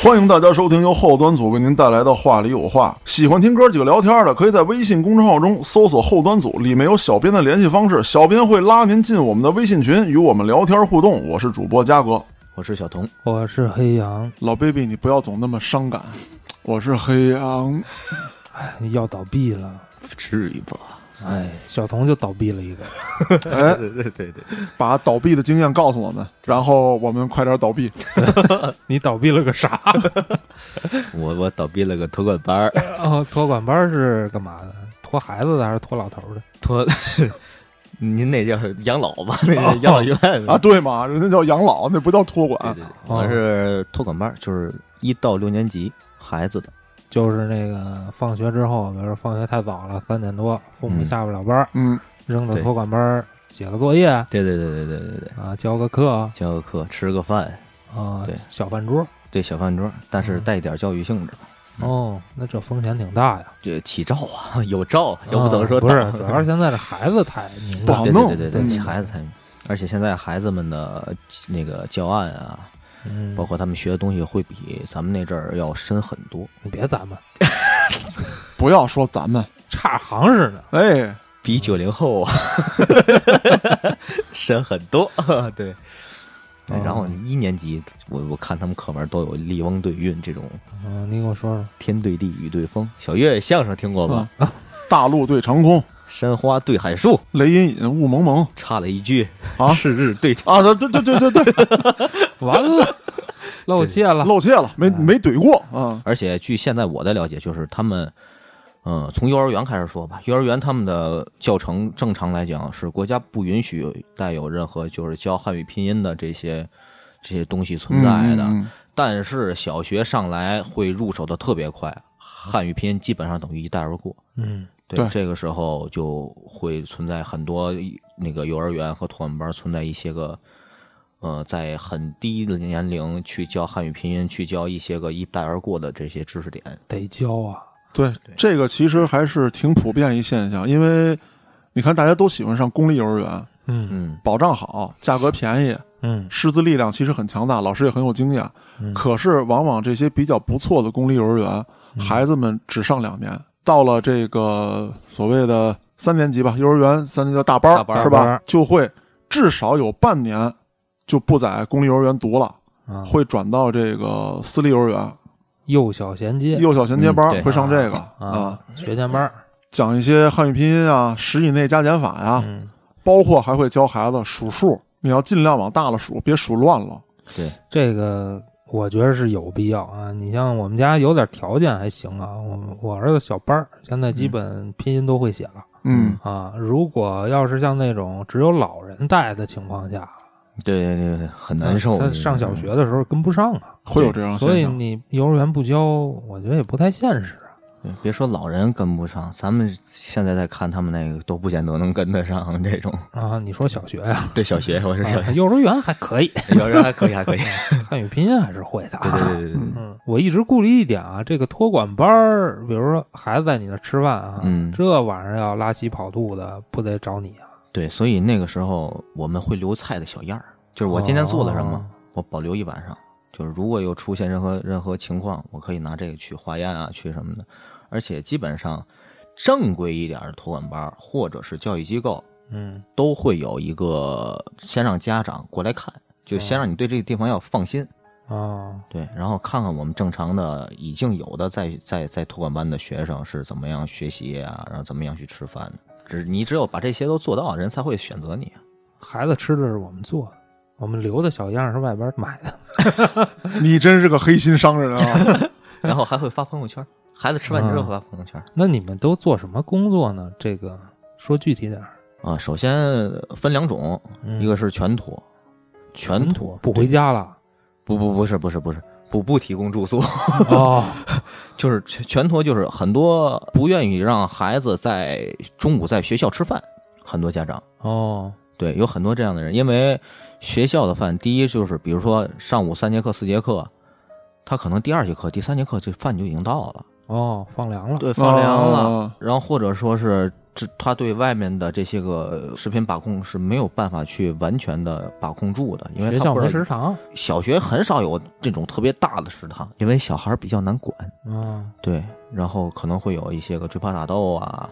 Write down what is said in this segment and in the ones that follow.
欢迎大家收听由后端组为您带来的《话里有话》。喜欢听哥几个聊天的，可以在微信公众号中搜索“后端组”，里面有小编的联系方式，小编会拉您进我们的微信群，与我们聊天互动。我是主播嘉哥，我是小童，我是黑羊，老 baby，你不要总那么伤感。我是黑羊，哎，要倒闭了，至于吧？哎，小童就倒闭了一个，哎，对对对对，把倒闭的经验告诉我们，然后我们快点倒闭。你倒闭了个啥？我我倒闭了个托管班儿，哦，托管班是干嘛的？托孩子的还是托老头儿的？托， 您那叫养老吧？那叫养老院啊，？对嘛，人家叫养老，那不叫托对管。对对，哦我是托管班儿，就是一到六年级孩子的，就是那个放学之后，比如说放学太早了，三点多，父母嗯下不了班儿，嗯，扔到对托管班儿写个作业啊，对对对对对对对，教个课啊，教个课，吃个饭，对小饭桌。对小饭桌，但嗯是带一点教育性质，嗯哦，那这风险挺大呀。这起照啊，有照，要不怎么说啊道不是， 主要是现在这孩子太敏不感好对弄对对对对，嗯孩子才，而且现在孩子们的呃那个教案啊，嗯，包括他们学的东西，会比咱们那阵儿要深很多。你别咱们不要说咱们，差行似的。哎，比九零后啊深很多， 对。哦对然后一年级，我我看他们课文都有“笠翁对韵”这种嗯，你给我说说。 “天对地，雨对风”。小岳相声听过嗯吧？啊大陆对长空，山花对海树，雷隐隐，雾蒙蒙差了一句 啊赤日对天啊！对对对对对对，完 了，露怯了。露怯了，没哎没怼过啊。而且据现在我的了解，就是他们，嗯，从幼儿园开始说吧，幼儿园他们的教程正常来讲是国家不允许带有任何就是教汉语拼音的这些这些东西存在的。嗯嗯嗯但是小学上来会入手的特别快，汉语拼音基本上等于一带而过。嗯，对，对这个时候就会存在很多一那个幼儿园和托管班存在一些个，呃，在很低的年龄去教汉语拼音，去教一些个一带而过的这些知识点。得教啊。对，这个其实还是挺普遍一现象，因为你看大家都喜欢上公立幼儿园，嗯嗯，保障好，价格便宜，嗯师资力量其实很强大，老师也很有经验。嗯可是往往这些比较不错的公立幼儿园，孩子们只上两年，到了这个所谓的三年级吧，幼儿园三年级叫大班儿大班儿是大班吧儿？就会至少有半年就不在公立幼儿园读了，啊，会转到这个私立幼儿园，幼小衔接幼小衔接班嗯对儿会上这个啊，学前班儿。讲一些汉语拼音啊、十以内加减法呀，嗯，包括还会教孩子数数，你要尽量往大了数，别数乱了。对，这个我觉得是有必要啊。你像我们家有点条件还行啊，我我儿子小班儿，现在基本拼音都会写了、嗯，啊。如果要是像那种只有老人带的情况下，对对对对，很难受。他上小学的时候跟不上啊，会有这样的所现以象。你幼儿园不教，我觉得也不太现实啊。对，嗯别说老人跟不上，咱们现在在看他们那个都不见得能跟得上这种。啊，你说小学呀、对，小学我是小啊学，幼儿园还可以， 幼儿园还可以，还可以。汉语拼音还是会的、啊。对对对对对，嗯，我一直顾虑一点啊，这个托管班儿，比如说孩子在你那吃饭啊，嗯这晚上要拉稀跑肚的，不得找你啊？对，所以那个时候我们会留菜的小样儿，就是我今天做了什么，我保留一晚上。就是如果有出现任何任何情况，我可以拿这个去化验啊，去什么的。而且基本上正规一点儿的托管班儿或者是教育机构，嗯都会有一个先让家长过来看，就先让你对这个地方要放心，啊，对，然后看看我们正常的已经有的在在在托管班的学生是怎么样学习啊，然后怎么样去吃饭的。只你只有把这些都做到，人才会选择你。孩子吃的是我们做的，我们留的小样儿是外边儿买的。 你真是个黑心商人 啊！然后还会发朋友圈。孩子吃饭之后发朋友圈那你们都做什么工作呢？这个说具体点儿，啊。首先分两种，嗯一个是全托，全托不回家 了不不不是不是不是不不提供住宿， 哦，就是全全托就是很多不愿意让孩子在中午在学校吃饭，很多家长哦，对有很多这样的人，因为学校的饭，第一就是比如说上午三节课四节课。他可能第二节课、第三节课，这饭就已经到了，哦，放凉了。对，放凉了。啊然后或者说是这他对外面的这些个食品把控是没有办法去完全的把控住的，因为学他校不没是食堂小学很少有这种特别大的食堂，因为小孩儿比较难管。啊，对，然后可能会有一些个追跑打斗啊，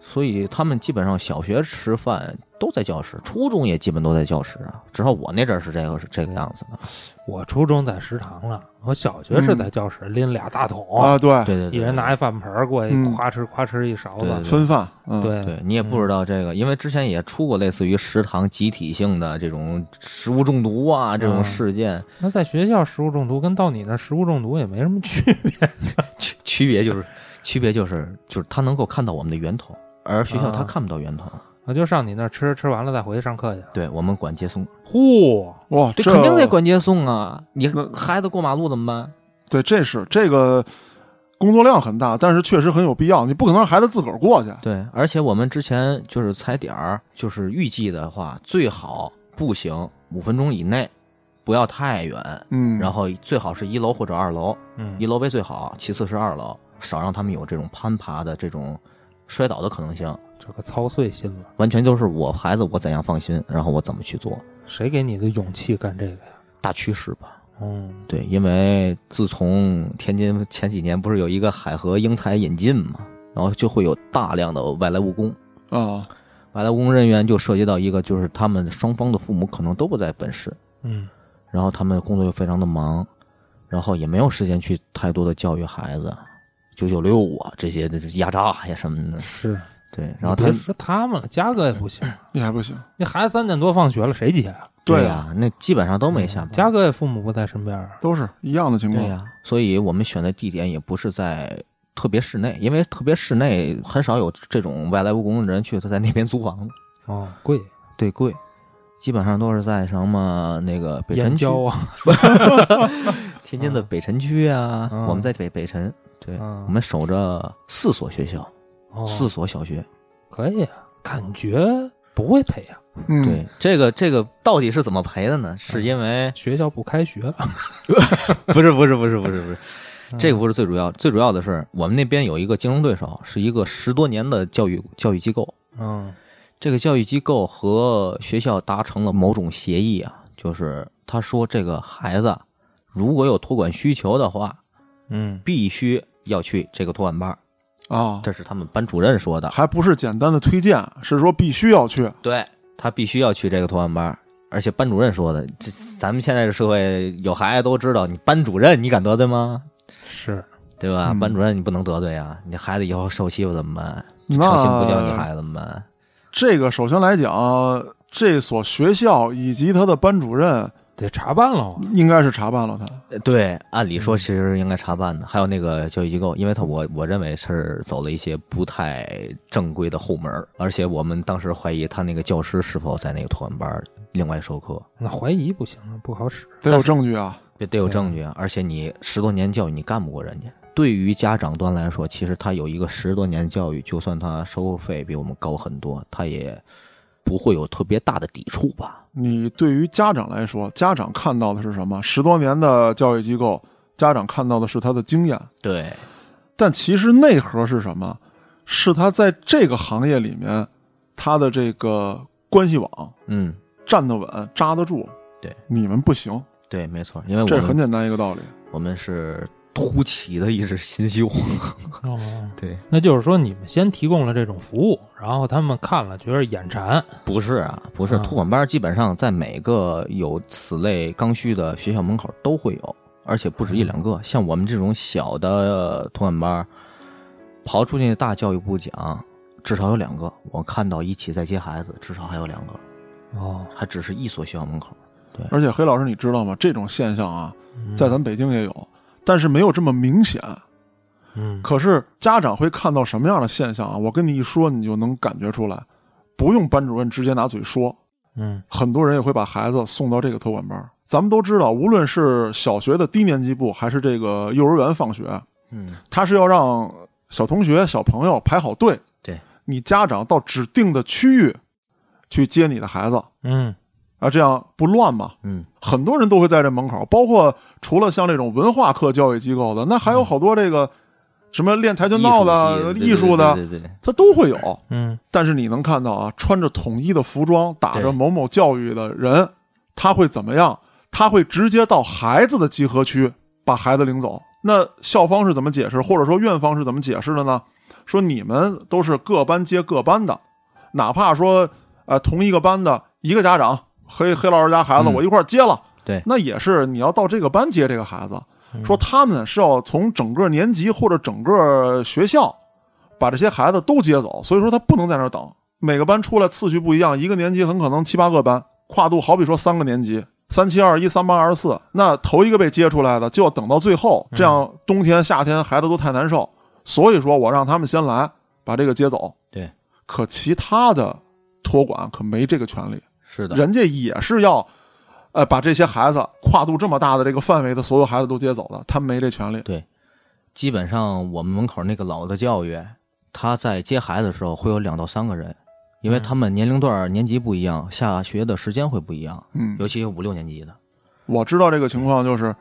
所以他们基本上小学吃饭都在教室，初中也基本都在教室啊。至少我那阵儿是这个是这个样子的。我初中在食堂了，我小学嗯是在教室拎俩大桶，啊，对，对对一对，人拿一饭盆儿过去，嗯夸吃夸吃一勺对子对，分饭，嗯，对对你也不知道这个，因为之前也出过类似于食堂集体性的这种食物中毒啊这种嗯事件，那在学校食物中毒跟到你那儿食物中毒也没什么区别。 区区别就是区别就是就是他能够看到我们的源头，而学校他啊看不到源头。我就上你那儿吃，吃完了再回去上课去。对我们管接送，嚯，哇，这这肯定得管接送啊！你那孩子过马路怎么办？对，这是这个工作量很大，但是确实很有必要。你不可能让孩子自个儿过去。对，而且我们之前就是踩点儿，就是预计的话，最好步行五分钟以内，不要太远，嗯，然后最好是一楼或者二楼，嗯一楼为最好，其次是二楼，少让他们有这种攀爬的这种摔倒的可能性。这个操碎心了，完全都是我孩子我怎样放心，然后我怎么去做谁给你的勇气干这个呀？大趋势吧。嗯，对，因为自从天津前几年不是有一个海河英才引进嘛，然后就会有大量的外来务工，啊，外来务工人员就涉及到一个，就是他们双方的父母可能都不在本市，嗯，然后他们工作又非常的忙，然后也没有时间去太多的教育孩子，九九六啊这些的压榨呀什么的，嗯是。对，然然后后他他说他们了，嘉哥也不行， 你还不行。那孩子三点多放学了，谁接啊？对呀、那基本上都没下班，嘉哥也父母不在身边啊，都是一样的情对况。呀、所以我们选的地点也不是在。特别室内，因为特别室内很少有这种外来务工人员去他在那边租房子，哦，贵，对贵，基本上都是在什么那个北燕辰区 郊啊，天津的北辰区啊，嗯我们在北北辰，对，嗯我们守着四所学校，哦四所小学。可以啊，感觉不会赔啊，嗯，对，这个这个到底是怎么赔的呢？是因为学校不开学了， 不是不是不是不是不是，这个不是最主要，最主要的是我们那边有一个竞争对手，是一个十多年的教育教育机构，嗯，这个教育机构和学校达成了某种协议啊，就是他说这个孩子如果有托管需求的话，嗯，必须要去这个托管班儿，啊，这是他们班主任说的。还不是简单的推荐，是说必须要去。对他必须要去这个托管班儿，而且班主任说的，这咱们现在这社会有孩子都知道，你班主任你敢得罪吗？是，对吧？嗯班主任你不能得罪啊，你孩子以后受欺负怎么办？那成心不教你孩子怎么办？这个首先来讲，这所学校以及他的班主任得查办了啊，应该是查办了他。呃对，按理说其实应该查办的。还有那个教育机构，因为他我我认为是走了一些不太正规的后门儿，而且我们当时怀疑他那个教师是否在那个托管班儿另外授课。那怀疑不行啊，不好使，得有证据啊！也得有对证据啊！而且你十多年教育，你干不过人家。对于家长端来说，其实他有一个十多年教育，就算他收费比我们高很多，他也不会有特别大的抵触吧？你对于家长来说，家长看到的是什么？十多年的教育机构，家长看到的是他的经验，对，但其实内核是什么？是他在这个行业里面，他的这个关系网嗯，站得稳，扎得住。对，你们不行，对，没错，因为我这很们简单一个道理。我们是突起的一支 新秀，哦，对，那就是说你们先提供了这种服务，然后他们看了觉得眼馋，不是啊，不是嗯啊托管班，基本上在每个有此类刚需的学校门口都会有，而且不止嗯一两个。像我们这种小的托管班，刨出去大教育部讲，至少有两个，我看到一起在接孩子，至少还有两个，哦，还只是一所学校门口。而且黑老师，你知道吗？这种现象啊，嗯在咱们北京也有，但是没有这么明显。嗯，可是家长会看到什么样的现象啊？我跟你一说，你就能感觉出来。不用班主任直接拿嘴说，嗯，很多人也会把孩子送到这个托管班儿。咱们都知道，无论是小学的低年级部，还是这个幼儿园放学，嗯，他是要让小同学、小朋友排好队，对你家长到指定的区域去接你的孩子嗯，啊，这样不乱吗？嗯，很多人都会在这门口，包括除了像这种文化课教育机构的，那还有好多这个什么练跆拳道的、艺艺术的，对对对，它都会有。嗯但是你能看到啊，穿着统一的服装、打着对某某教育的人，他会怎么样？他会直接到孩子的集合区把孩子领走。那校方是怎么解释，或者说院方是怎么解释的呢？说你们都是各班接各班的，哪怕说呃同一个班的一个家长，黑黑老师家孩子嗯我一块儿接了，对嗯那也是你要到这个班接这个孩子。说他们是要从整个年级或者整个学校把这些孩子都接走，所以说他不能在那儿等。每个班出来次序不一样，一个年级很可能七八个班，跨度好比说三个年级，三七二一三八二十四，那头一个被接出来的就要等到最后，这样冬天夏天孩子都太难受，所以说我让他们先来把这个接走。对，可其他的托管可没这个权利，是的，人家也是要。呃，把这些孩子跨度这么大的这个范围的所有孩子都接走的，他们没这权利。基本上我们门口那个老的教育，他在接孩子的时候会有两到三个人，因为他们年龄段儿、年级不一样，下学的时间会不一样，嗯，尤其有五六年级的。我知道这个情况就是，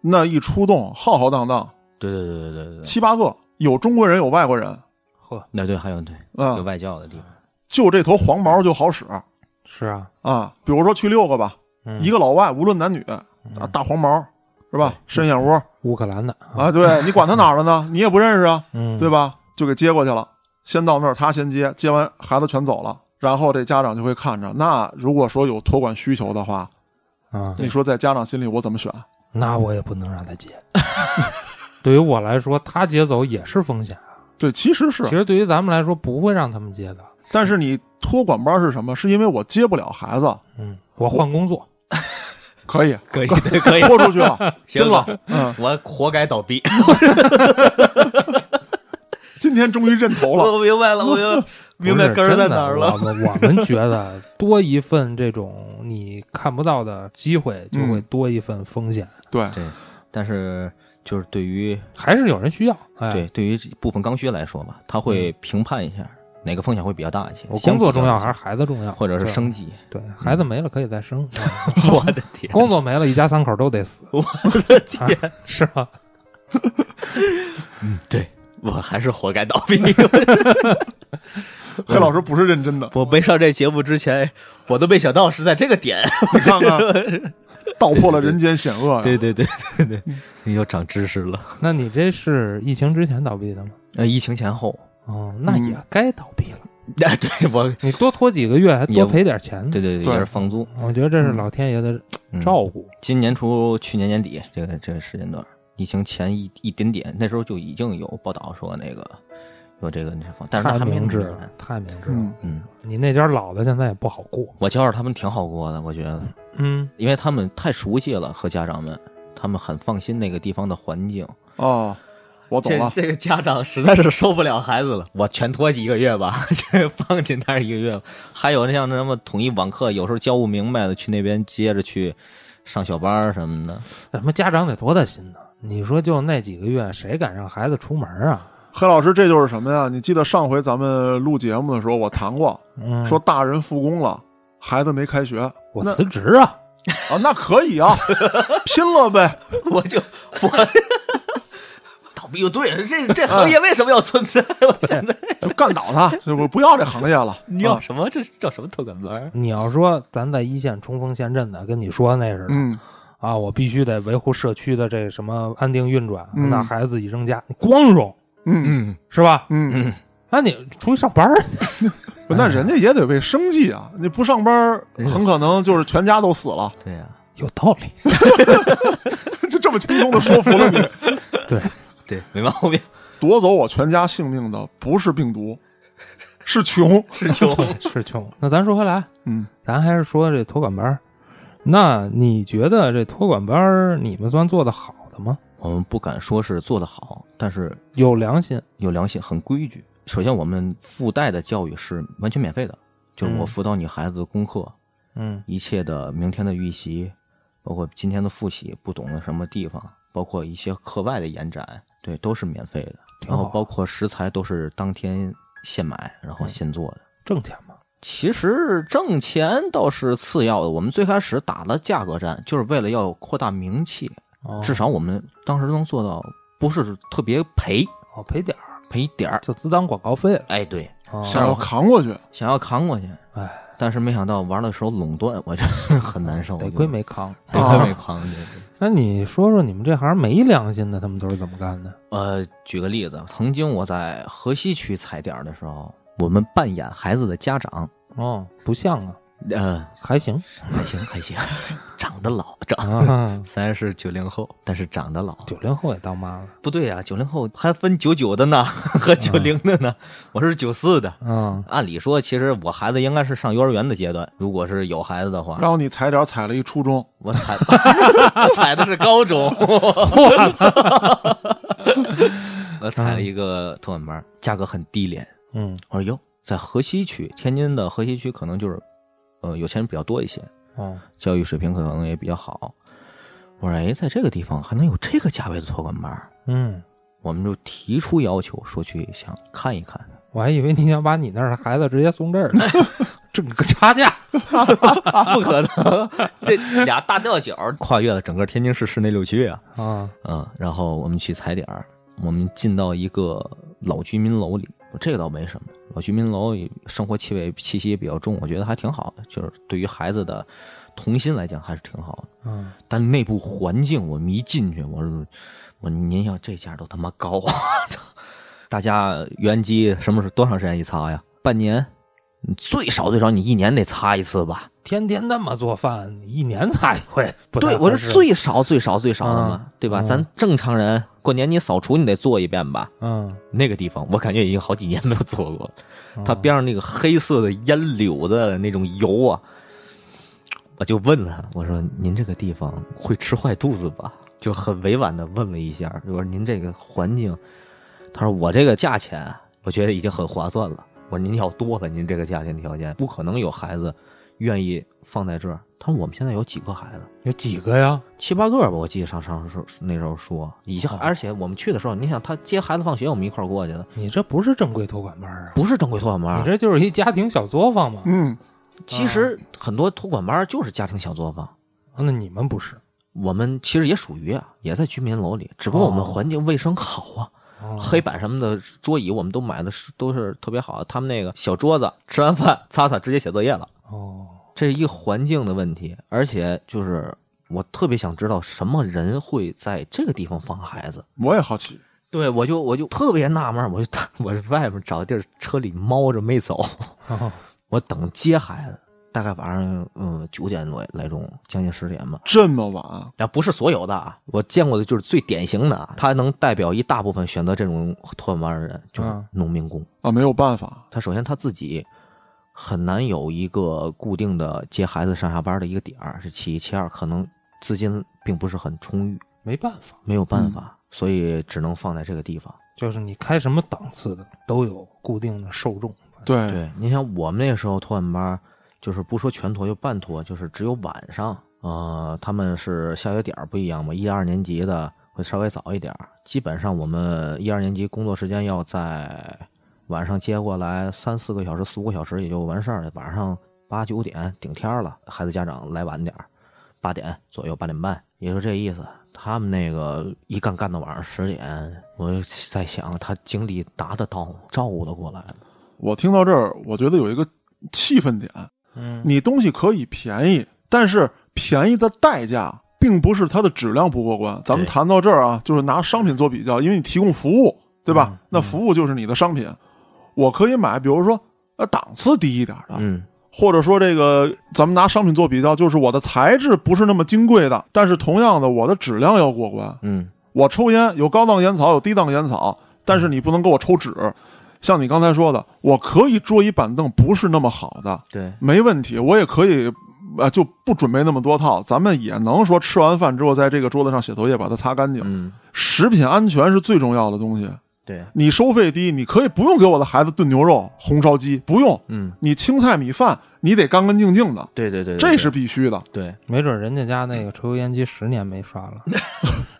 那一出动浩浩荡荡，对对对对对对，七八个，有中国人，有外国人，啊、那对还有对有外教的地方，就这头黄毛就好使是啊，啊。比如说去六个吧，嗯一个老外，无论男女，啊、大黄毛是吧？深眼窝乌克兰的，啊，对你管他哪儿的 呢？你也不认识啊，嗯，对吧？就给接过去了，先到那儿，他先接，接完孩子全走了。然后这家长就会看着，那如果说有托管需求的话，啊，你说在家长心里我怎么选？那我也不能让他接。 对于我来说，他接走也是风险啊。对，其实是其，实对于咱们来说，不会让他们接的。但是你托管班是什么？是因为我接不了孩子，嗯，我换工作，可以， 可以，对，哎可以，豁出去 了，行真了了，嗯，我活该倒闭。今天终于认头 了。 我明白了，我明白 明白不是根儿在真的哪儿了我。们我们觉得多一份这种你看不到的机会，就会嗯多一份风险，对，对，但是就是对于还是有人需要。哎，对对于部分刚需来说吧，他会评判一下哪个风险会比较大一些。我相工作比较重要一还些是孩子重要？或者是对生嗯计？对孩子没了可以再生，啊 我的 天，工作没了，一家三口都得死，我 的天，是吧？对我还是活该倒闭。黑老师不是认真的， 我没上这节目之前，我都没想到是在这个点。你看看， 道破了人间险恶呀。 对对对对，你又长知识了。那你这是疫情之前倒闭的吗？呃，疫情前后，哦，那嗯也该倒闭了。哎， 对我，你多拖几个月，还也多赔点钱。对，对对对，也是房租。我觉得这是老天爷的嗯照顾。今年初、去年年底这个这个时间段，疫情前一一点点，那时候就已经有报道说那个有这个那什么，但是太他还没有明那智么严了，太明智了嗯。，嗯，你那家老的现在也不好过。我觉着他们挺好过的，我觉得，嗯，因为他们太熟悉了和家长们，他们很放心那个地方的环境。哦，我懂了。这个家长实在是受不了孩子了，我全托一个月吧， 这放进那儿一个月吧。还有像什么统一网课，有时候教不明白的，去那边接着去上小班儿什么的。咱们家长得多大心呢？你说就那几个月，谁敢让孩子出门啊？黑老师，这就是什么呀？你记得上回咱们录节目的时候，我谈过，嗯，说大人复工了，孩子没开学啊，我那辞职啊，那可以啊， 拼了呗。 我 就我倒闭就对了，这 这行业为什么要存在？ 我现在就干倒他，就我不要这行业了。你要啊什么？这叫什么托管班儿？你要说咱在一线冲锋陷阵的，跟你说那似的、嗯，啊，我必须得维护社区的这什么安定运转，嗯那孩子以生家，你光荣嗯嗯，是吧？嗯嗯，那、你出去上班儿，那人家也得为生计啊，你不上班儿，很可能就是全家都死了， 对呀、有道理。就这么轻松的说服了你。对，没毛病，夺走我全家性命的不是病毒，是穷。是就 是穷。那咱说回来，嗯，咱还是说这托管班儿。那你觉得这托管班儿你们算做的好的吗？我们不敢说是做得好，但是有良心，有良心，很规矩。首先，我们附带的教育是完全免费的，就是我嗯辅导你孩子的功课，嗯一切的明天的预习，包括今天的复习，不懂的什么地方，包括一些课外的延展，对，都是免费的。挺然好后包括食材都是当天现买，然后现做的。挣钱吗？其实挣钱倒是次要的，我们最开始打的价格战就是为了要扩大名气，哦至少我们当时能做到不是特别赔。哦，赔点儿赔一点儿。就只当广告费了。哎，对，啊想要扛过去，想要扛过去，哎，但是没想到玩的时候垄断，我觉得很难受。得我觉亏得没扛。得亏没扛。对对那你说说你们这行没良心的，他们都是怎么干的？呃，举个例子，曾经我在河西区踩点儿的时候，我们扮演孩子的家长，哦，不像啊，呃，还行还行还行， 长得老，长啊。虽然是九零后，但是长得老。 九零后也当妈了，不对啊，九零后还分九九的呢和九零的呢，我是九四的。嗯，按理说，其实我孩子应该是上幼儿园的阶段，如果是有孩子的话，然后你踩点儿踩了一初中，我踩 我踩的是高中， 我踩了一个托管班，价格很低廉。嗯，我说哟，在河西区，天津的河西区可能就是，呃，有钱人比较多一些，哦，教育水平可能也比较好。我说哎，在这个地方还能有这个价位的托管班儿，嗯，我们就提出要求说去想看一看。 我还以为你想把你那儿的孩子直接送这 儿呢，挣个差价。不可能，这俩大吊脚跨越了整个天津市市内六区啊！啊，嗯，然后我们去踩点儿，我们进到一个老居民楼里，这个倒没什么。老居民楼也生活气味气息也比较重，我觉得还挺好的，就是对于孩子的童心来讲还是挺好的。嗯，但内部环境，我们一进去，我说我您想这价都他妈高，我操！ 大家原机什么时候多长时间一擦呀？半年，你最少最少你一年得擦一次吧？天天那么做饭，一年才一回，不太对，我合是适最少最少最少的嘛，嗯对吧？嗯咱正常人过年你扫除你得做一遍吧？嗯，那个地方我感觉已经好几年没有做过了，嗯它边上那个黑色的烟柳的那种油啊，我就问他，我说您这个地方会吃坏肚子吧？就很委婉的问了一下，我说您这个环境，他说我这个价钱我觉得已经很划算了。我说您要多了，您这个价钱条件不可能有孩子愿意放在这儿。他说我们现在有几个孩子？有几个呀？七八个吧，我记得上上时候那时候说，以前哦而且我们去的时候，你想他接孩子放学，我们一块儿过去的，你这不是正规托管班啊？不是正规托管班你儿。这就是一家庭小作坊嘛？嗯，其实很多托管班儿就是家庭小作坊，啊那你们不是？我们其实也属于啊，也在居民楼里，只不过我们哦环境卫生好啊，哦黑板什么的桌椅我们都买的是都是特别好的，他们那个小桌子吃完饭擦擦直接写作业了，哦， 这是一个环境的问题，而且就是我特别想知道什么人会在这个地方放孩子。我也好奇，对，我就我就特别纳闷儿，我就 我在外面找地儿，车里猫着没走，哦我等接孩子，大概晚上嗯九点多来钟，将近十点吧。这么晚，啊，不是所有的啊，我见过的就是最典型的啊，他能代表一大部分选择这种托管班儿的人，就是嗯农民工。啊，没有办法，他首先他自己很难有一个固定的接孩子上下班的一个点儿，是其一，其二可能资金并不是很充裕，没办法，没有办嗯法，所以只能放在这个地方。就是你开什么档次的都有固定的受众。对，对，你想我们那时候托管班儿，就是不说全托就半托，就是只有晚上，呃，他们是下学点儿不一样嘛，一二年级的会稍微早一点儿，基本上我们一二年级工作时间要在晚上接过来三四个小时、四五个小时也就完事儿了，晚上八九点顶天儿了，孩子家长来晚点儿，八点左右，八点半，也就这意思。他们那个一干干到晚上十点，我就在想他精力达得到吗，照顾得过来吗？我听到这儿，我觉得有一个气氛点，嗯，你东西可以便宜，但是便宜的代价并不是它的质量不过关。咱们对谈到这儿啊，就是拿商品做比较，因为你提供服务，对吧？嗯那服务就是你的商品，我可以买，比如说呃档次低一点的，嗯，或者说这个咱们拿商品做比较，就是我的材质不是那么金贵的，但是同样的我的质量要过关。嗯我抽烟有高档烟草，有低档烟草，但是你不能给我抽纸。像你刚才说的，我可以桌椅板凳不是那么好的，，对，没问题，我也可以。啊，就不准备那么多套，咱们也能说吃完饭之后，在这个桌子上写作业，把它擦干净。嗯，食品安全是最重要的东西。对，你收费低，你可以不用给我的孩子炖牛肉、红烧鸡，不用。嗯，你青菜米饭，你得干干净净的，对对对，对这是必须的。对，没准人家家那个抽油烟机十年没刷了，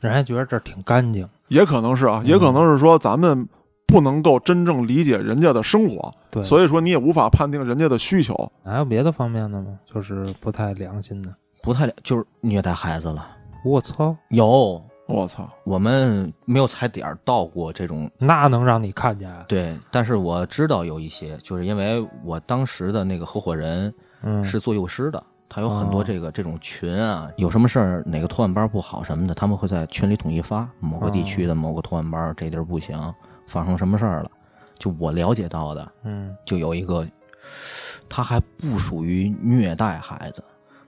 人家觉得这儿挺干净。也可能是啊，嗯也可能是说咱们不能够真正理解人家的生活，对，以所以说你也无法判定人家的需求。还有别的方面的吗？就是不太良心的。不太了就是虐待孩子了。我操！有，我操，我们没有踩点儿到过这种那能让你看见？啊对，但是我知道有一些，就是因为我当时的那个合伙人嗯，是做幼师的，他有很多哦这个这种群啊，有什么事儿哪个托管班不好什么的，他们会在群里统一发，某个地区的某个托管班这地儿不行，发生什么事儿了。就我了解到的，嗯，就有一个，他还不属于虐待孩子，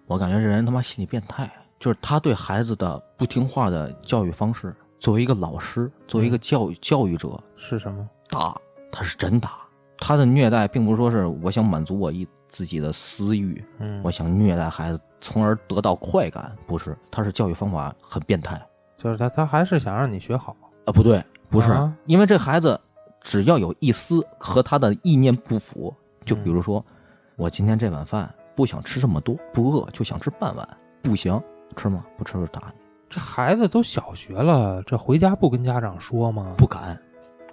我感觉这人他妈心理变态，就是他对孩子的不听话的教育方式。作为一个老师，作为一个教育教育者，是什么？打，他是真打。他的虐待并不是说是我想满足我一自己的私欲，嗯，我想虐待孩子，从而得到快感，不是，他是教育方法很变态就是他，他还是想让你学好。啊，不对，不是，啊因为这孩子只要有一丝和他的意念不符，就嗯比如说，我今天这碗饭不想吃这么多，不饿就想吃半碗，不行，吃吗？不吃就打你，这孩子都小学了，这回家不跟家长说吗？不敢，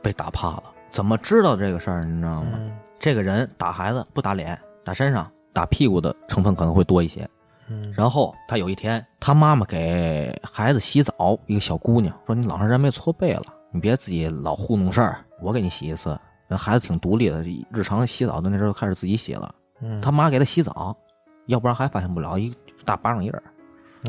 被打怕了。怎么知道这个事儿？你知道吗？嗯，这个人打孩子不打脸，打身上、打屁股的成分可能会多一些。嗯然后他有一天，他妈妈给孩子洗澡，一个小姑娘说：“你老让人没搓背了，你别自己老糊弄事儿，我给你洗一次。”人孩子挺独立的，日常洗澡的那时候开始自己洗了。嗯，他妈给他洗澡，要不然还发现不了一大巴掌印儿，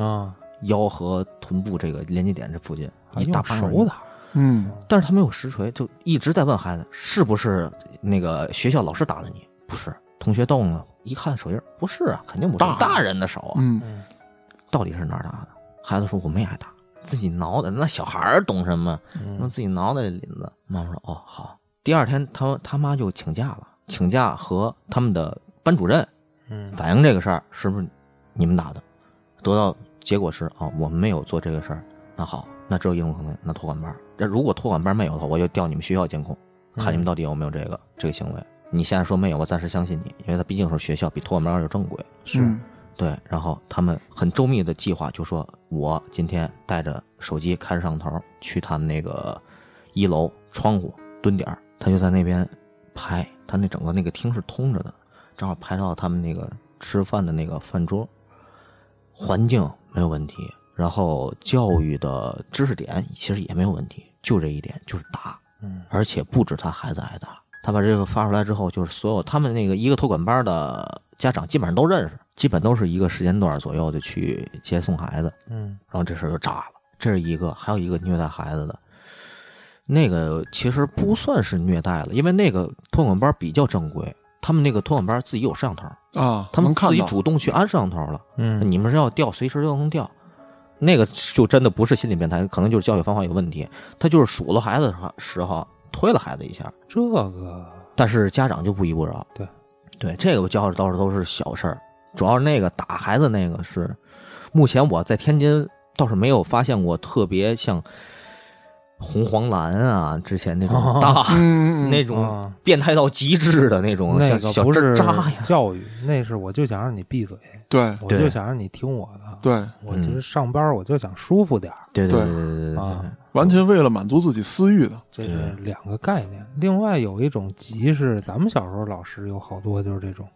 啊，腰和臀部这个连接点这附近还一用大巴掌印手儿。打。嗯，但是他没有实锤，就一直在问孩子是不是那个学校老师打的你？不是，同学动了，一看手印儿，不是啊，肯定不是大人大人的手啊，嗯，嗯，到底是哪儿打的？孩子说我没挨打，自己挠的。那小孩儿懂什么？那嗯自己挠的这林子。妈妈说哦好。第二天他他妈就请假了，请假和他们的班主任嗯，反映这个事儿是不是你们打的？得到结果是啊、哦，我们没有做这个事儿。那好，那只有一种可能，那托管班儿。那如果托管班儿没有的话，我就调你们学校监控，看你们到底有没有这个、这个行为。你现在说没有，我暂时相信你，因为他毕竟是学校，比托管班儿要正规。是嗯对，然后他们很周密的计划，就说我今天带着手机开着摄像头去他们那个一楼窗户蹲点儿，他就在那边拍，他那整个那个厅是通着的，正好拍到他们那个吃饭的那个饭桌，环境没有问题，然后教育的知识点其实也没有问题，就这一点就是打，嗯，而且不止他孩子挨打，他把这个发出来之后，就是所有他们那个一个托管班的家长基本上都认识，基本都是一个时间段左右的去接送孩子，嗯，然后这事儿就炸了。这是一个，还有一个虐待孩子的，那个其实不算是虐待了，因为那个托管班比较正规，他们那个托管班自己有摄像头，啊，他们能看自己到主动去安摄像头了。嗯，你们是要调，随时都能调。那个就真的不是心理变态，可能就是教育方法有问题。他就是数落孩子的时候推了孩子一下，这个，但是家长就不依不饶。对，对，这个我教的倒是都是小事儿，主要是那个打孩子那个是，目前我在天津倒是没有发现过特别像红黄蓝啊之前那哦种大、 嗯嗯那嗯种啊，变态到极致的那种那小个小不针是扎呀。教育，那是我就想让你闭嘴，对我对就想让你听我的，对，我就是上班我就想舒服点儿对对对对对对对啊，完全为了满足自己私欲的，这是两个概念。另外有一种急是，咱们小时候老师有好多就是这种，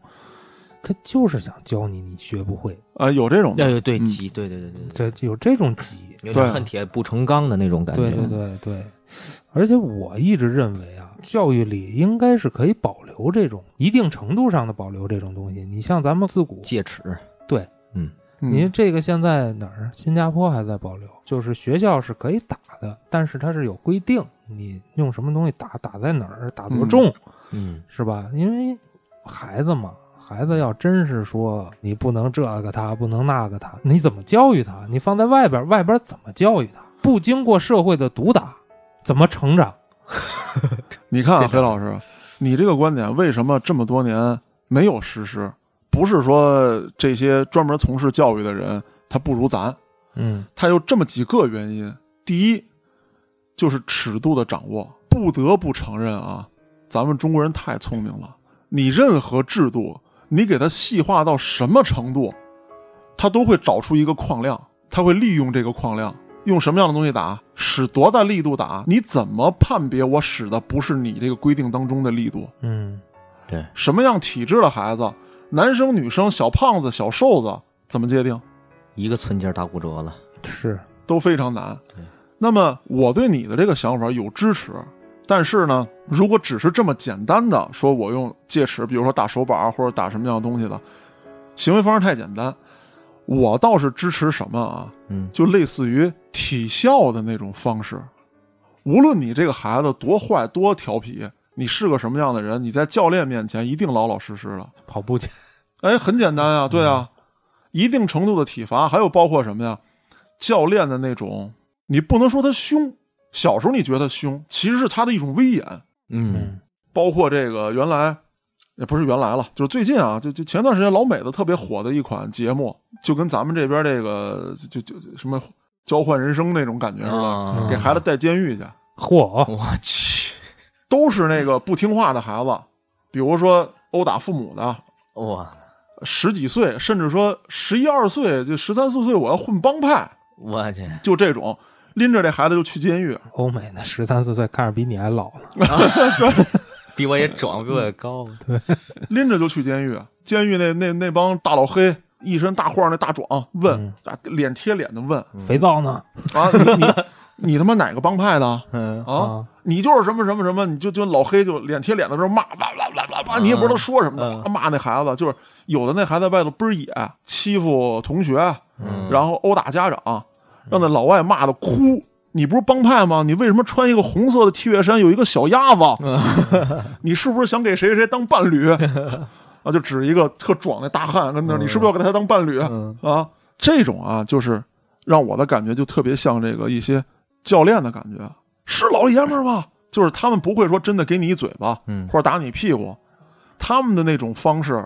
他就是想教你，你学不会，啊，有这种对，的，哎对嗯急，对对对对对，这有这种急。有对点恨铁不成钢的那种感觉。对对对对，而且我一直认为啊，教育里应该是可以保留这种一定程度上的保留这种东西。你像咱们自古，戒尺，对，嗯，您嗯这个现在哪儿？新加坡还在保留，就是学校是可以打的，但是它是有规定，你用什么东西打，打在哪儿，打多嗯重，嗯，是吧？因为孩子嘛，孩子要真是说你不能这个他，不能那个他，你怎么教育他？你放在外边，外边怎么教育他？不经过社会的毒打，怎么成长？你看啊黑老师，你这个观点为什么这么多年没有实施？不是说这些专门从事教育的人他不如咱，嗯他有这么几个原因。第一，就是尺度的掌握。不得不承认啊，咱们中国人太聪明了。你任何制度，你给它细化到什么程度，他都会找出一个框量，他会利用这个框量，用什么样的东西打，使多大力度打，你怎么判别我使的不是你这个规定当中的力度？嗯对，什么样体质的孩子，男生女生，小胖子小瘦子，怎么界定？一个寸劲儿打骨折了。是都非常难对。那么我对你的这个想法有支持，但是呢，如果只是这么简单的说，我用戒尺，比如说打手把或者打什么样的东西的，行为方式太简单。我倒是支持什么啊？嗯就类似于体校的那种方式。无论你这个孩子多坏多调皮，你是个什么样的人，你在教练面前一定老老实实的。跑步去，哎，很简单啊，对啊，一定程度的体罚，还有包括什么呀？教练的那种，你不能说他凶，小时候你觉得凶，其实是他的一种威严。嗯，包括这个原来，也不是原来了，就是最近啊，就就前段时间老美的特别火的一款节目，就跟咱们这边这个就就就什么交换人生那种感觉似的，啊给孩子带监狱去，嚯，我去，都是那个不听话的孩子，比如说殴打父母的， 哇，十几岁，甚至说十一二岁，就十三四岁，我要混帮派，我去，就这种，拎着这孩子就去监狱。欧美那十三四岁看着比你还老呢， 比我也壮，比我也高，拎着就去监狱。监狱那那那帮大老黑，一身大褂那大壮问，嗯啊脸贴脸的问肥皂呢？啊，你你你他妈哪个帮派的啊？嗯，啊你就是什么什么什么，你就就老黑就脸贴脸的时候骂叭叭叭叭叭，你也不知道说什么的，啊嗯骂那孩子就是有的那孩子在外头倍儿野，欺负同学，嗯然后殴打家长，让那老外骂的哭。你不是帮派吗？你为什么穿一个红色的 T 恤衫，有一个小鸭子？嗯 你是不是想给谁谁当伴 侣？啊，就指一个特壮那大汉跟那儿，你是不是要给他当伴侣嗯啊？这种啊，就是让我的感觉就特别像这个一些教练的感觉，啊是老爷们儿吗？就是他们不会说真的给你一嘴巴，嗯或者打你屁股，他们的那种方式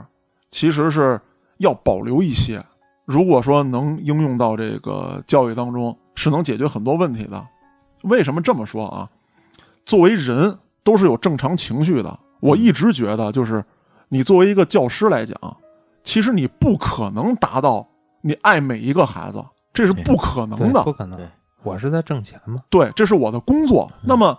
其实是要保留一些。如果说能应用到这个教育当中，是能解决很多问题的。为什么这么说啊？作为人都是有正常情绪的。我一直觉得，就是你作为一个教师来讲，其实你不可能达到你爱每一个孩子，这是不可能对，的不。可能对，我是在挣钱嘛，对，这是我的工作。那么，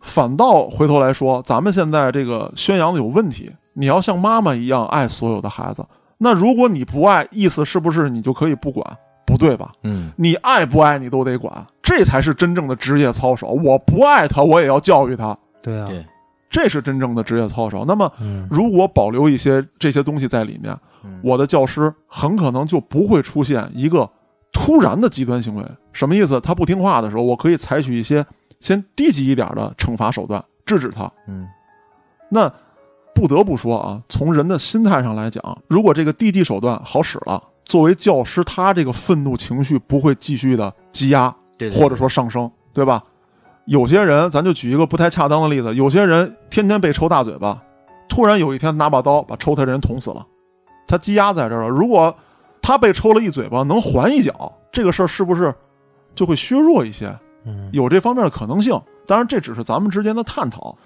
反倒回头来说，咱们现在这个宣扬的有问题。你要像妈妈一样爱所有的孩子，那如果你不爱，意思是不是你就可以不管？不对吧？嗯你爱不爱你都得管，这才是真正的职业操守。我不爱他，我也要教育他，对啊，对，这是真正的职业操守。那么，嗯，如果保留一些这些东西在里面，嗯我的教师很可能就不会出现一个突然的极端行为。什么意思？他不听话的时候，我可以采取一些先低级一点的惩罚手段制止他。嗯那不得不说啊，从人的心态上来讲，啊如果这个低级手段好使了，作为教师，他这个愤怒情绪不会继续的积压，对，对或者说上升，对吧？有些人，咱就举一个不太恰当的例子，有些人天天被抽大嘴巴，突然有一天拿把刀把抽他人捅死了，他积压在这儿了。如果他被抽了一嘴巴能还一脚，这个事儿是不是就会削弱一些？嗯有这方面的可能性。当然，这只是咱们之间的探讨。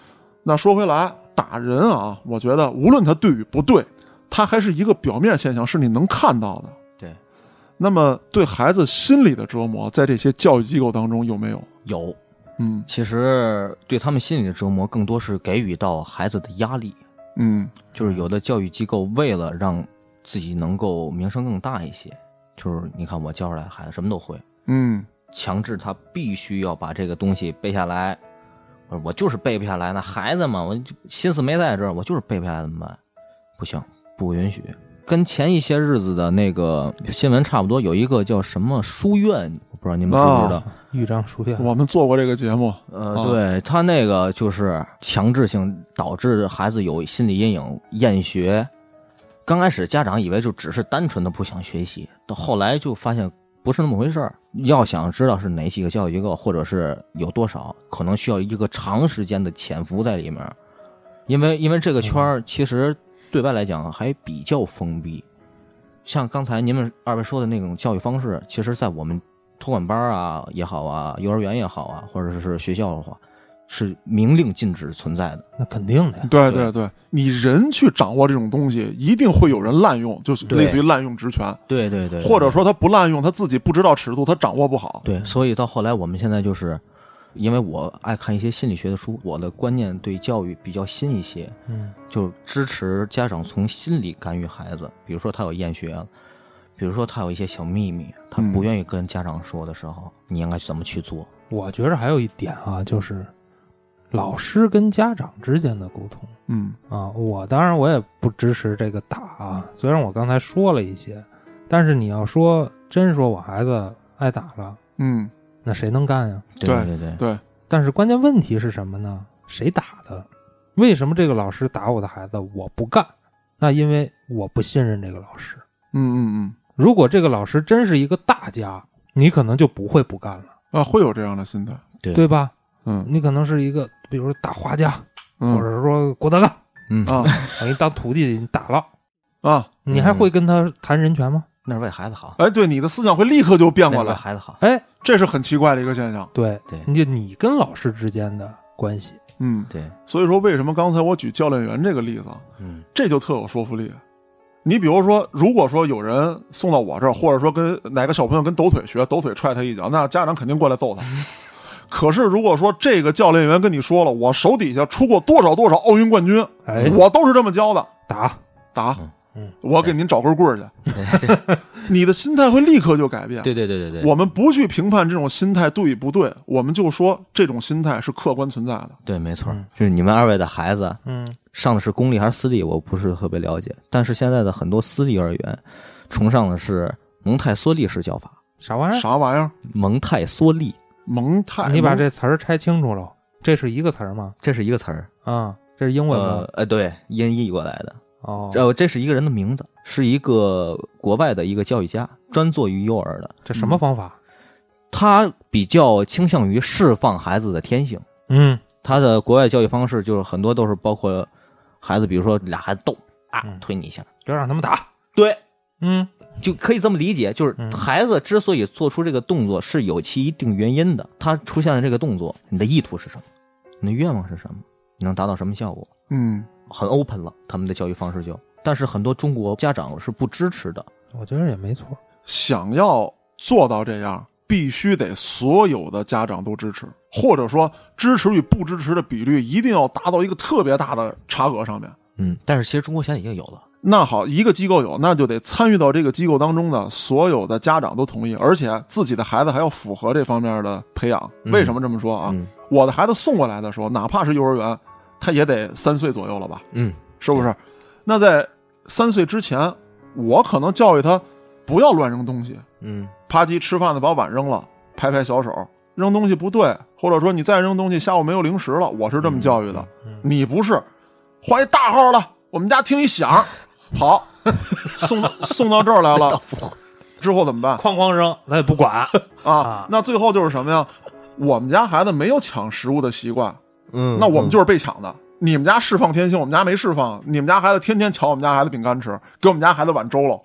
那说回来，打人啊，我觉得无论他对与不对，他还是一个表面现象，是你能看到的。对，那么对孩子心理的折磨，在这些教育机构当中有没有？有，嗯其实对他们心理的折磨更多是给予到孩子的压力，嗯就是有的教育机构为了让自己能够名声更大一些，就是你看我教出来的孩子什么都会，嗯强制他必须要把这个东西背下来。我说我就是背不下来，那孩子嘛，我就心思没在这儿，我就是背不下来怎么办？不行，不允许。跟前一些日子的那个新闻差不多，有一个叫什么书院，我不知道你们知不知道？豫章书院，我们做过这个节目。呃，啊对他那个就是强制性导致孩子有心理阴影，厌学。刚开始家长以为就只是单纯的不想学习，到后来就发现不是那么回事儿。要想知道是哪几个教育机构，或者是有多少，可能需要一个长时间的潜伏在里面，因为因为这个圈儿其实对外来讲还比较封闭。像刚才您们二位说的那种教育方式，其实，在我们托管班啊也好啊，幼儿园也好啊，或者是学校的话，是明令禁止存在的。那肯定的呀，对对对，你人去掌握这种东西，一定会有人滥用，就是对类似于滥用职权，对对对或者说他不滥用，他自己不知道尺度，他掌握不好。对，所以到后来我们现在就是，因为我爱看一些心理学的书，我的观念对教育比较新一些，嗯就支持家长从心理干预孩子，比如说他有厌学了，比比如说他有一些小秘密，他嗯不愿意跟家长说的时候，你应该怎么去做？我觉着还有一点啊，就是老师跟家长之间的沟通嗯啊。我当然我也不支持这个打啊，虽然我刚才说了一些，但是你要说真说我孩子挨打了，嗯，那谁能干呀？对对对对，对，嗯但是关键问题是什么呢？谁打的？为什么这个老师打我的孩子，我不干？那因为我不信任这个老师。嗯嗯如果这个老师真是一个大家，你可能就不会不干了，嗯，啊，会有这样的心态，对对吧？嗯你可能是一个，比如说大画家，或嗯者说郭德纲，嗯，啊我给你当徒弟，你打了，啊，你还会跟他谈人权吗？那是为孩子好，哎，对，你的思想会立刻就变那过是为来，孩子好。哎，这是很奇怪的一个现象。对，对你就你跟老师之间的关系，嗯，对，所以说为什么刚才我举教练员这个例子啊，嗯这就特有说服力。你比如说，如果说有人送到我这儿，或者说跟哪个小朋友跟抖腿学，抖腿踹他一脚，那家长肯定过来揍他。可是如果说这个教练员跟你说了，我手底下出过多少多少奥运冠军，哎，我都是这么教的，打，打嗯，嗯我给您找根棍儿去，对 你的心态会立刻就改变。对对对对对，我们不去评判这种心态对与不对，我们就说这种心态是客观存在的。对没错嗯，就是你们二位的孩子嗯，上的是公立还是私立，我不是特别了解。但是现在的很多私立幼儿园崇尚的是蒙泰梭利式教法，啥玩意啥玩意儿？蒙泰梭利蒙儿？太？哎你把这词儿拆清楚喽，这是一个词儿吗？这是一个词儿，啊，这是英文呃吗？呃，对，音译过来的。哦，呃，这是一个人的名字，是一个国外的一个教育家，专做于幼儿的。这什么方法？他比较倾向于释放孩子的天性。嗯他的国外教育方式就是很多都是包括孩子，比如说俩孩子斗啊嗯，推你一下，就让他们打，对，嗯就可以这么理解，就是嗯孩子之所以做出这个动作是有其一定原因的。他出现了这个动作，你的意图是什么？你的愿望是什么？你能达到什么效果？嗯很 open 了，他们的教育方式就。但是很多中国家长是不支持的，我觉得也没错，想要做到这样，必须得所有的家长都支持，或者说支持与不支持的比率一定要达到一个特别大的差额上面。嗯。但是其实中国现在已经有了，那好，一个机构有，那就得参与到这个机构当中的所有的家长都同意，而且自己的孩子还要符合这方面的培养。嗯为什么这么说啊？嗯我的孩子送过来的时候，哪怕是幼儿园，他也得三岁左右了吧？嗯，是不是？那在三岁之前，我可能教育他不要乱扔东西，嗯，啪叽吃饭的把碗扔了，拍拍小手，扔东西不对，或者说你再扔东西，下午没有零食了，我是这么教育的，嗯，你不是，换一大号了，我们家听一响，好，送到送到这儿来了，之后怎么办哐哐扔，咱也不管，啊啊？那最后就是什么呀？我们家孩子没有抢食物的习惯，嗯那我们就是被抢的。你们家释放天性，我们家没释放。你们家孩子天天抢我们家孩子饼干吃，给我们家孩子碗粥了，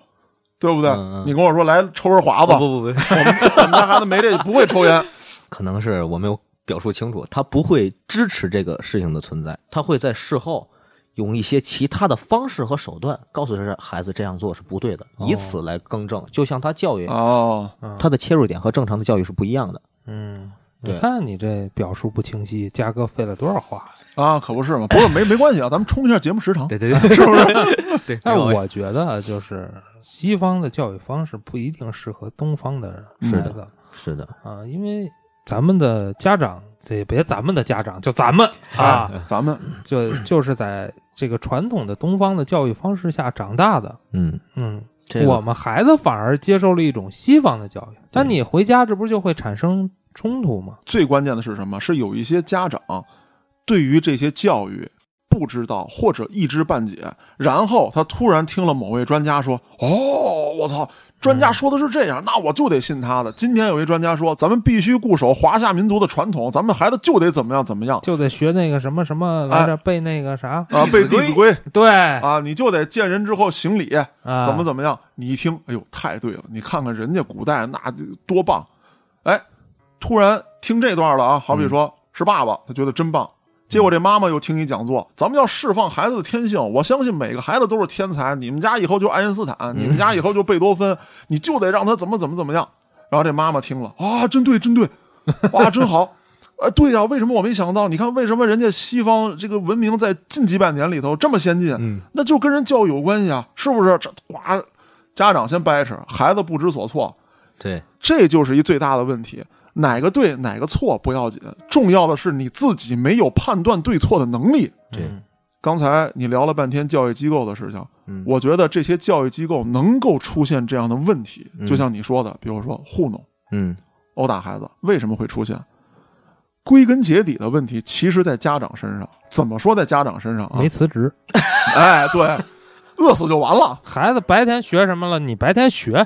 对不对？嗯嗯你跟我说来抽根华子，不不不不，我们我们家孩子没这不会抽烟。可能是我没有表述清楚，他不会支持这个事情的存在，他会在事后用一些其他的方式和手段告诉这孩子这样做是不对的，哦以此来更正。就像他教育，哦，他的切入点和正常的教育是不一样的。嗯，对你看你这表述不清晰，嘉哥费了多少话？啊，可不是嘛，不是没没关系啊，咱们冲一下节目时长。对 对，是不是？对，但我觉得啊就是西方的教育方式不一定适合东方的是孩的子是的，啊，因为咱们的家长，这别咱们的家长，就咱 们啊，哎，咱们就就是在这个传统的东方的教育方式下长大的，嗯，嗯，这个我们孩子反而接受了一种西方的教育，但你回家这不就会产生冲突吗？最关键的是什么？是有一些家长对于这些教育不知道或者一知半解，然后他突然听了某位专家说：“哦，我操，专家说的是这样，那我就得信他的。”今天有一专家说：“咱们必须固守华夏民族的传统，咱们孩子就得怎么样怎么样就得学那个什么什么啊来着，背那个啥，啊，背《弟子规》对啊，你就得见人之后行礼，啊，怎么怎么样？你一听，哎呦，太对了！你看看人家古代那多棒，哎，突然听这段了啊，好比说、是爸爸，他觉得真棒。结果这妈妈又听你讲座，咱们要释放孩子的天性。我相信每个孩子都是天才，你们家以后就爱因斯坦，你们家以后就贝多芬，你就得让他怎么怎么怎么样。然后这妈妈听了啊，真对，真对，哇，真好。 啊，对呀、为什么我没想到？你看，为什么人家西方这个文明在近几百年里头这么先进？嗯，那就跟人教育有关系啊，是不是？这哇，家长先掰扯，孩子不知所措，对，这就是一最大的问题。哪个对哪个错不要紧，重要的是你自己没有判断对错的能力。对嗯刚才你聊了半天教育机构的事情，嗯我觉得这些教育机构能够出现这样的问题，嗯就像你说的，比如说糊弄、嗯殴打孩子，为什么会出现？归根结底的问题，其实在家长身上。怎么说在家长身上啊没？辞职，哎，对，饿死就完了。孩子白天学什么了？你白天学，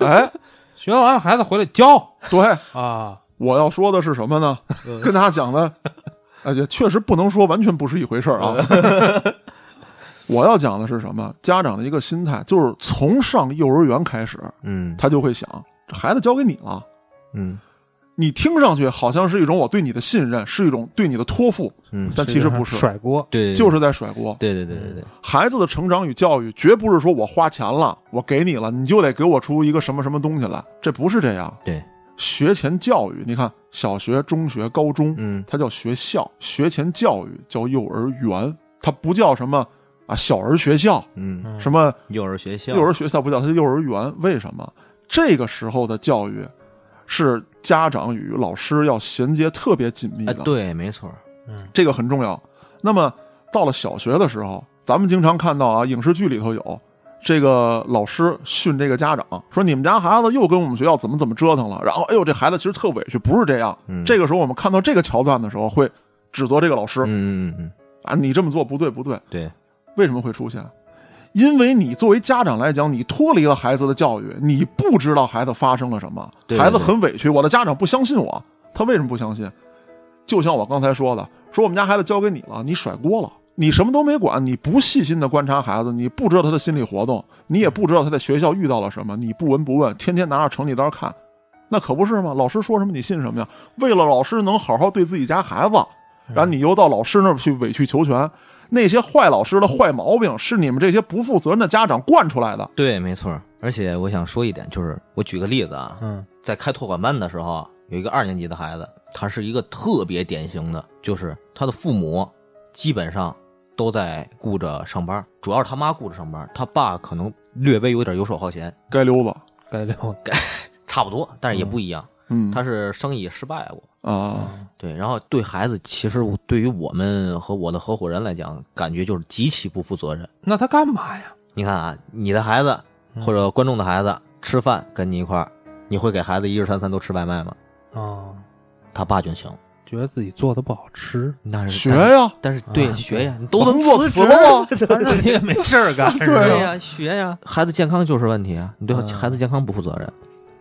哎，学完了孩子回来教 对，啊，我要说的是什么呢？跟他讲的，哎，也确实不能说完全不是一回事儿啊。 我要讲的是什么？家长的一个心态，就是从上幼儿园开始，嗯他就会想，这孩子交给你了。嗯你听上去好像是一种我对你的信任，是一种对你的托付，嗯，但其实不是，甩锅，对，就是在甩锅。对对对对对，孩子的成长与教育，绝不是说我花钱了，我给你了，你就得给我出一个什么什么东西来，这不是这样。对，学前教育，你看小学、中学、高中，嗯它叫学校，学前教育叫幼儿园，它不叫什么啊小儿学校，嗯，嗯什么幼儿学校，幼儿学校不叫，它叫幼儿园。为什么？这个时候的教育是家长与老师要衔接特别紧密哎，的，对，没错，嗯这个很重要。那么到了小学的时候，咱们经常看到啊，影视剧里头有这个老师训这个家长说：“你们家孩子又跟我们学校怎么怎么折腾了。”然后，哎呦，这孩子其实特委屈，不是这样。嗯这个时候我们看到这个桥段的时候，会指责这个老师、嗯嗯嗯，啊，你这么做不对不对。对，为什么会出现？因为你作为家长来讲，你脱离了孩子的教育，你不知道孩子发生了什么，对孩子很委屈，我的家长不相信我，他为什么不相信？就像我刚才说的，说我们家孩子交给你了，你甩锅了，你什么都没管，你不细心的观察孩子，你不知道他的心理活动，你也不知道他在学校遇到了什么，你不闻不问，天天拿着成绩单看，那可不是吗？老师说什么你信什么呀？为了老师能好好对自己家孩子，嗯然后你又到老师那儿去委曲求全。那些坏老师的坏毛病是你们这些不负责任的家长惯出来的。对，没错。而且我想说一点，就是我举个例子啊，嗯在开托管班的时候，啊有一个二年级的孩子，他是一个特别典型的，就是他的父母基本上都在顾着上班，主要是他妈顾着上班，他爸可能略微有点游手好闲，该溜子，该溜达差不多，但是也不一样，嗯，他是生意失败过。啊，对，然后对孩子，其实我对于我们和我的合伙人来讲，感觉就是极其不负责任。那他干嘛呀？你看啊，你的孩子或者观众的孩子吃饭跟你一块儿，你会给孩子一日三餐都吃外卖吗？啊，他爸就行，觉得自己做的不好吃， 那是学呀，但是对啊学对呀，你都能能做辞辞职了吗反正你也没事儿干，是吧 对啊呀，学呀，孩子健康就是问题啊！你对嗯孩子健康不负责任。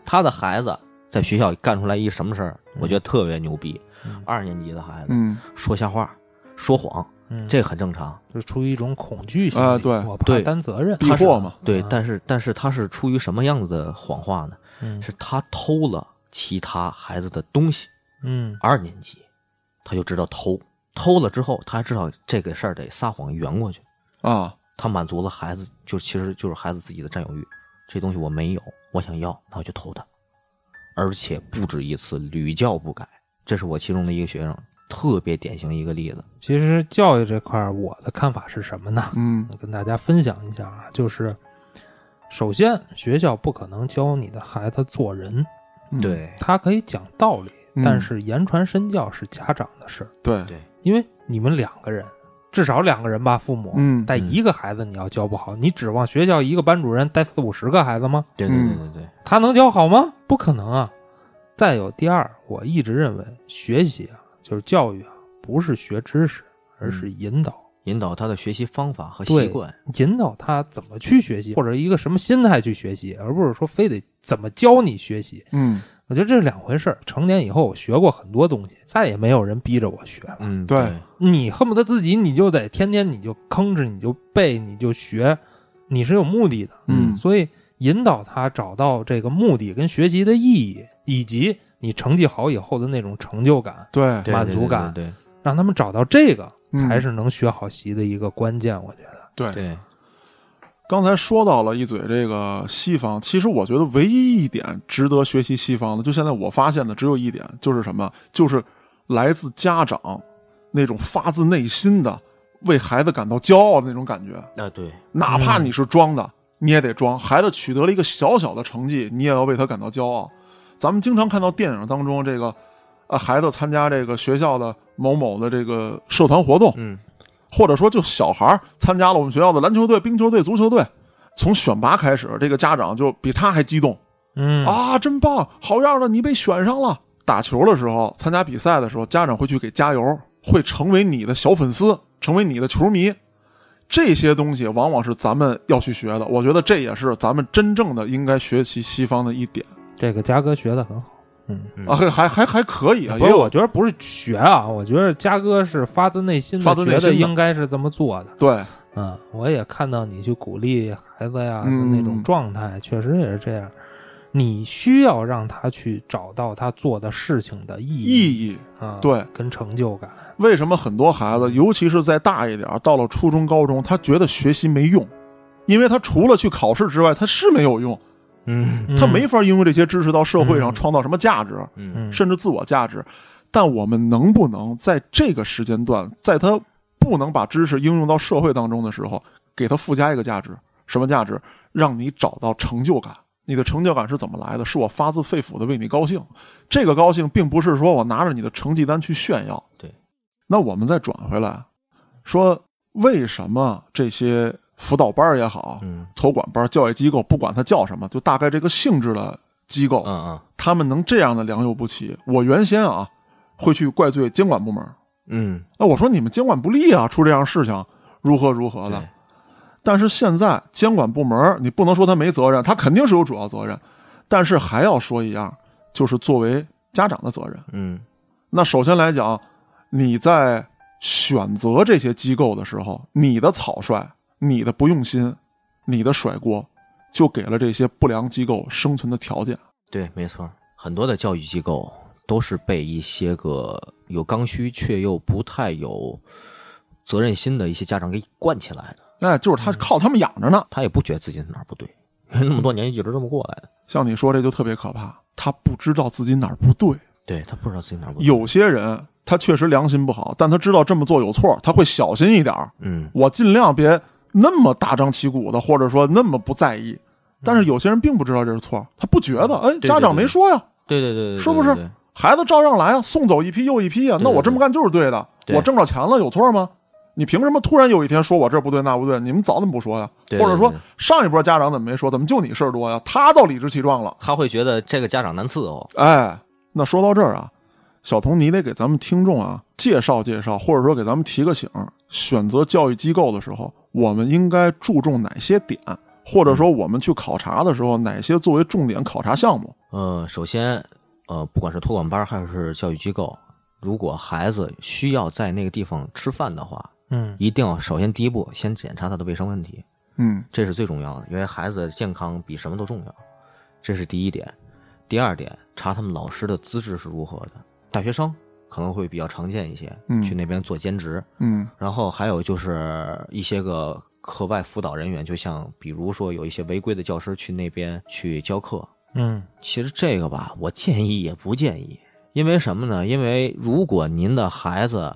他的孩子在学校干出来一什么事儿，我觉得特别牛逼。二年级的孩子嗯，说瞎话、说谎，嗯这很正常。就出于一种恐惧心理啊对我怕对担责任，避祸嘛，对，但是但是他是出于什么样子的谎话呢？嗯是他偷了其他孩子的东西。嗯二年级他就知道偷，偷了之后他还知道这个事儿得撒谎圆过去。啊，他满足了孩子，就其实就是孩子自己的占有欲，这东西我没有，我想要，那我就偷它，而且不止一次，屡教不改。这是我其中的一个学生，特别典型一个例子。其实教育这块儿，我的看法是什么呢？嗯跟大家分享一下啊，就是首先学校不可能教你的孩子做人，嗯对他可以讲道理，嗯但是言传身教是家长的事儿，对，对，因为你们两个人，至少两个人吧，父母。嗯，带一个孩子，你要教不好，你指望学校一个班主任带四五十个孩子吗？对对对对对，他能教好吗？不可能啊！再有第二，我一直认为学习啊，就是教育啊，不是学知识，而是嗯引导，引导他的学习方法和对习惯。引导他怎么去学习，或者一个什么心态去学习，而不是说非得怎么教你学习。嗯，我觉得这是两回事儿。成年以后，我学过很多东西，再也没有人逼着我学了。嗯，对你恨不得自己你就得天天你就吭哧，你就背，你就学，你是有目的的。嗯所以引导他找到这个目的跟学习的意义，以及你成绩好以后的那种成就感，对，对满足感对让他们找到这个嗯才是能学好习的一个关键。我觉得，对对对，刚才说到了一嘴这个西方，其实我觉得唯一一点值得学习西方的，就现在我发现的只有一点，就是什么？就是来自家长那种发自内心的为孩子感到骄傲的那种感觉，啊那对哪怕你是装的，你也得装。孩子取得了一个小小的成绩，你也要为他感到骄傲。咱们经常看到电影当中这个，啊，孩子参加这个学校的某某的这个社团活动，嗯，或者说就小孩儿参加了我们学校的篮球队、冰球队、足球队，从选拔开始，这个家长就比他还激动嗯，啊，真棒，好样的，你被选上了。打球的时候，参加比赛的时候，家长会去给加油，会成为你的小粉丝，成为你的球迷。这些东西往往是咱们要去学的，我觉得这也是咱们真正的应该学习西方的一点这个嘉哥学的很好。嗯，哎嗯啊，还还还还可以啊，不也是，有我觉得不是学啊，我觉得嘉哥是发自内心的发自内觉心得的应该是这么做的。对，嗯，我也看到你去鼓励孩子呀的嗯那种状态，确实也是这样。你需要让他去找到他做的事情的意义意义啊，对，跟成就感。为什么很多孩子，尤其是在大一点儿，到了初中、高中，他觉得学习没用，因为他除了去考试之外，他是没有用，嗯他嗯没法因为这些知识到社会上嗯创造什么价值，嗯嗯甚至自我价值。但我们能不能在这个时间段，在他不能把知识应用到社会当中的时候，给他附加一个价值？什么价值？让你找到成就感。你的成就感是怎么来的？是我发自肺腑的为你高兴。这个高兴并不是说我拿着你的成绩单去炫耀。对。那我们再转回来，说为什么这些辅导班儿也好，嗯托管班儿、教育机构，不管它叫什么，就大概这个性质的机构，嗯他们能这样的良莠不齐。我原先啊会去怪罪监管部门，嗯，那我说你们监管不力啊，出这样事情，如何如何好的。但是现在监管部门，你不能说他没责任，他肯定是有主要责任，但是还要说一样，就是作为家长的责任。嗯那首先来讲，你在选择这些机构的时候，你的草率、你的不用心、你的甩锅，就给了这些不良机构生存的条件。对，没错，很多的教育机构都是被一些个有刚需却又不太有责任心的一些家长给惯起来的，哎，就是他靠他们养着呢。他也不觉得自己哪儿不对，因为那么多年一直这么过来的。像你说这就特别可怕，他不知道自己哪儿不对。对他不知道自己哪儿不对，有些人他确实良心不好，但他知道这么做有错，他会小心一点儿。嗯我尽量别那么大张旗鼓的，或者说那么不在意。但是有些人并不知道这是错，他不觉得。哎，嗯对家长对没说呀，对对对对，是不是对？对孩子照样来啊，送走一批又一批啊。对那我这么干就是对的，对我挣着钱了，有错吗？你凭什么突然有一天说我这不对那不对？你们早怎么不说呀？对或者说对对上一波家长怎么没说？怎么就你事儿多呀？他倒理直气壮了。他会觉得这个家长难伺候。哎，那说到这儿啊，小童，你得给咱们听众啊介绍介绍，或者说给咱们提个醒儿，选择教育机构的时候，我们应该注重哪些点，或者说我们去考察的时候，哪些作为重点考察项目？呃，首先，呃，不管是托管班儿还是教育机构，如果孩子需要在那个地方吃饭的话，嗯一定要首先第一步先检查他的卫生问题，嗯这是最重要的，因为孩子的健康比什么都重要，这是第一点。第二点，查他们老师的资质是如何的，大学生可能会比较常见一些，嗯去那边做兼职。嗯然后还有就是一些个课外辅导人员，就像比如说有一些违规的教师去那边去教课，嗯其实这个吧，我建议也不建议，因为什么呢？因为如果您的孩子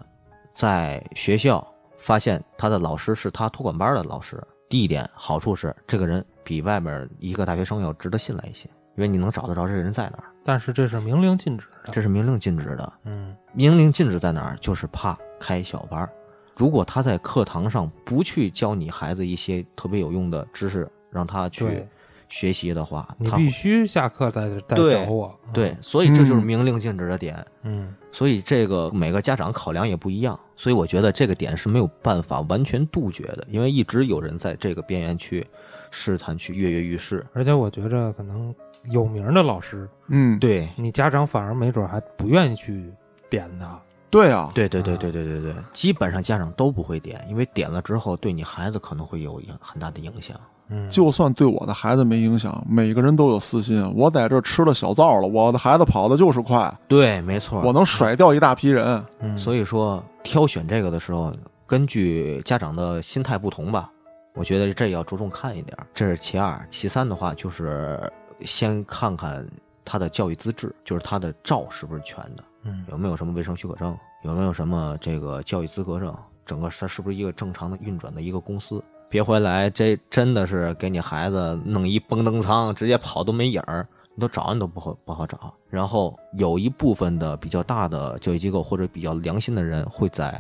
在学校发现他的老师是他托管班的老师，第一点好处是这个人比外面一个大学生要值得信赖一些，因为你能找得着这人在哪儿，但是这是明令禁止的。这是明令禁止的。嗯明令禁止在哪儿？就是怕开小班儿。如果他在课堂上不去教你孩子一些特别有用的知识，让他去对学习的话，你他必须下课再再对找我。对，所以这就是嗯明令禁止的点。嗯，所以这个每个家长考量也不一样，所以我觉得这个点是没有办法完全杜绝的，因为一直有人在这个边缘去试探、去跃跃欲试。而且我觉着可能有名的老师，嗯，对，你家长反而没准还不愿意去点他。对啊，对对对对对对对，基本上家长都不会点，因为点了之后对你孩子可能会有影很大的影响。嗯，就算对我的孩子没影响，每个人都有私心。我在这儿吃了小灶了，我的孩子跑的就是快，对，没错。我能甩掉一大批人。嗯所以说挑选这个的时候，根据家长的心态不同吧，我觉得这要着重看一点儿，这是其二。其三的话就是先看看他的教育资质，就是他的照是不是全的，嗯有没有什么卫生许可证，有没有什么这个教育资格证，整个他是不是一个正常的运转的一个公司。别回来，这真的是给你孩子弄一蹦蹬仓，直接跑都没影儿，你都找啊你都不好不好找。然后有一部分的比较大的教育机构或者比较良心的人会在。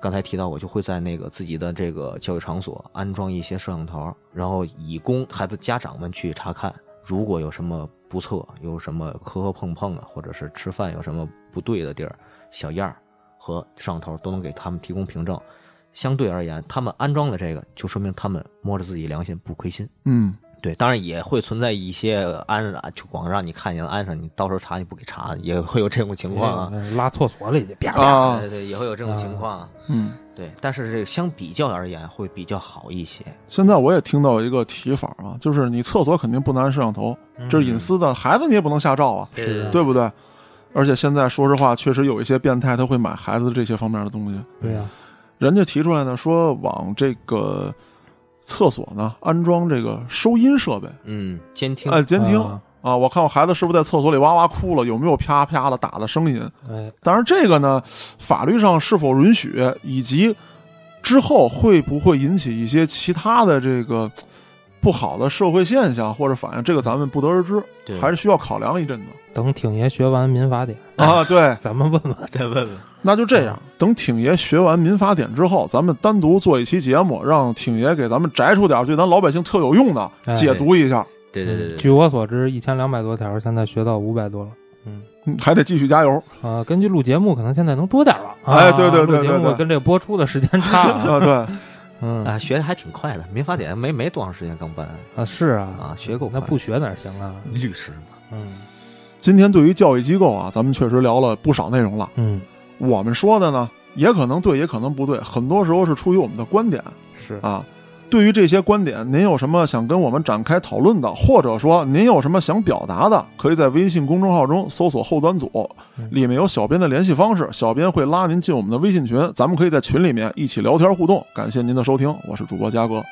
刚才提到过，就会在那个自己的这个教育场所安装一些摄像头，然后以供孩子家长们去查看。如果有什么不测，有什么磕磕碰碰的，或者是吃饭有什么不对的地儿，小样儿和摄像头都能给他们提供凭证。相对而言，他们安装了这个，就说明他们摸着自己良心不亏心。嗯，对，当然也会存在一些安啊，就光让你看见了安上，你到时候查你不给查，也会有这种情况啊。那拉厕所里去，啪啪啊，对对，也会有这种情况啊。嗯，对，但是这个相比较而言会比较好一些。现在我也听到一个提法啊，就是你厕所肯定不能安摄像头，这是隐私的，孩子你也不能瞎照啊，是啊对不对？而且现在说实话，确实有一些变态，他会买孩子这些方面的东西。对呀，人家提出来呢，说往这个厕所呢安装这个收音设备，嗯，监听，哎，监听啊啊。我看我孩子是不是在厕所里哇哇哭了，有没有啪啪的打的声音？哎，当然，这个呢，法律上是否允许，以及之后会不会引起一些其他的这个不好的社会现象或者反应，这个咱们不得而知，对，还是需要考量一阵子等挺爷学完民法典， 啊。对，咱们问问。再问问。那就这样，等挺爷学完民法典之后，咱们单独做一期节目，让挺爷给咱们摘出点对咱老百姓特有用的哎解读一下，对对对据对，我所知，一千两百多条，现在学到五百多了。嗯，嗯还得继续加油啊，根据录节目，可能现在能多点了。啊哎对对对录节对对目跟这播出的时间差 啊。啊！对，嗯啊，学的还挺快的，民法典没没多长时间刚搬啊，是啊，啊，学够那快不学哪行啊？律师嘛，嗯今天对于教育机构啊，咱们确实聊了不少内容了。嗯，我们说的呢，也可能对，也可能不对，很多时候是出于我们的观点是啊。对于这些观点，您有什么想跟我们展开讨论的，或者说您有什么想表达的，可以在微信公众号中搜索“后端组”，里面有小编的联系方式，小编会拉您进我们的微信群，咱们可以在群里面一起聊天互动。感谢您的收听，我是主播嘉哥，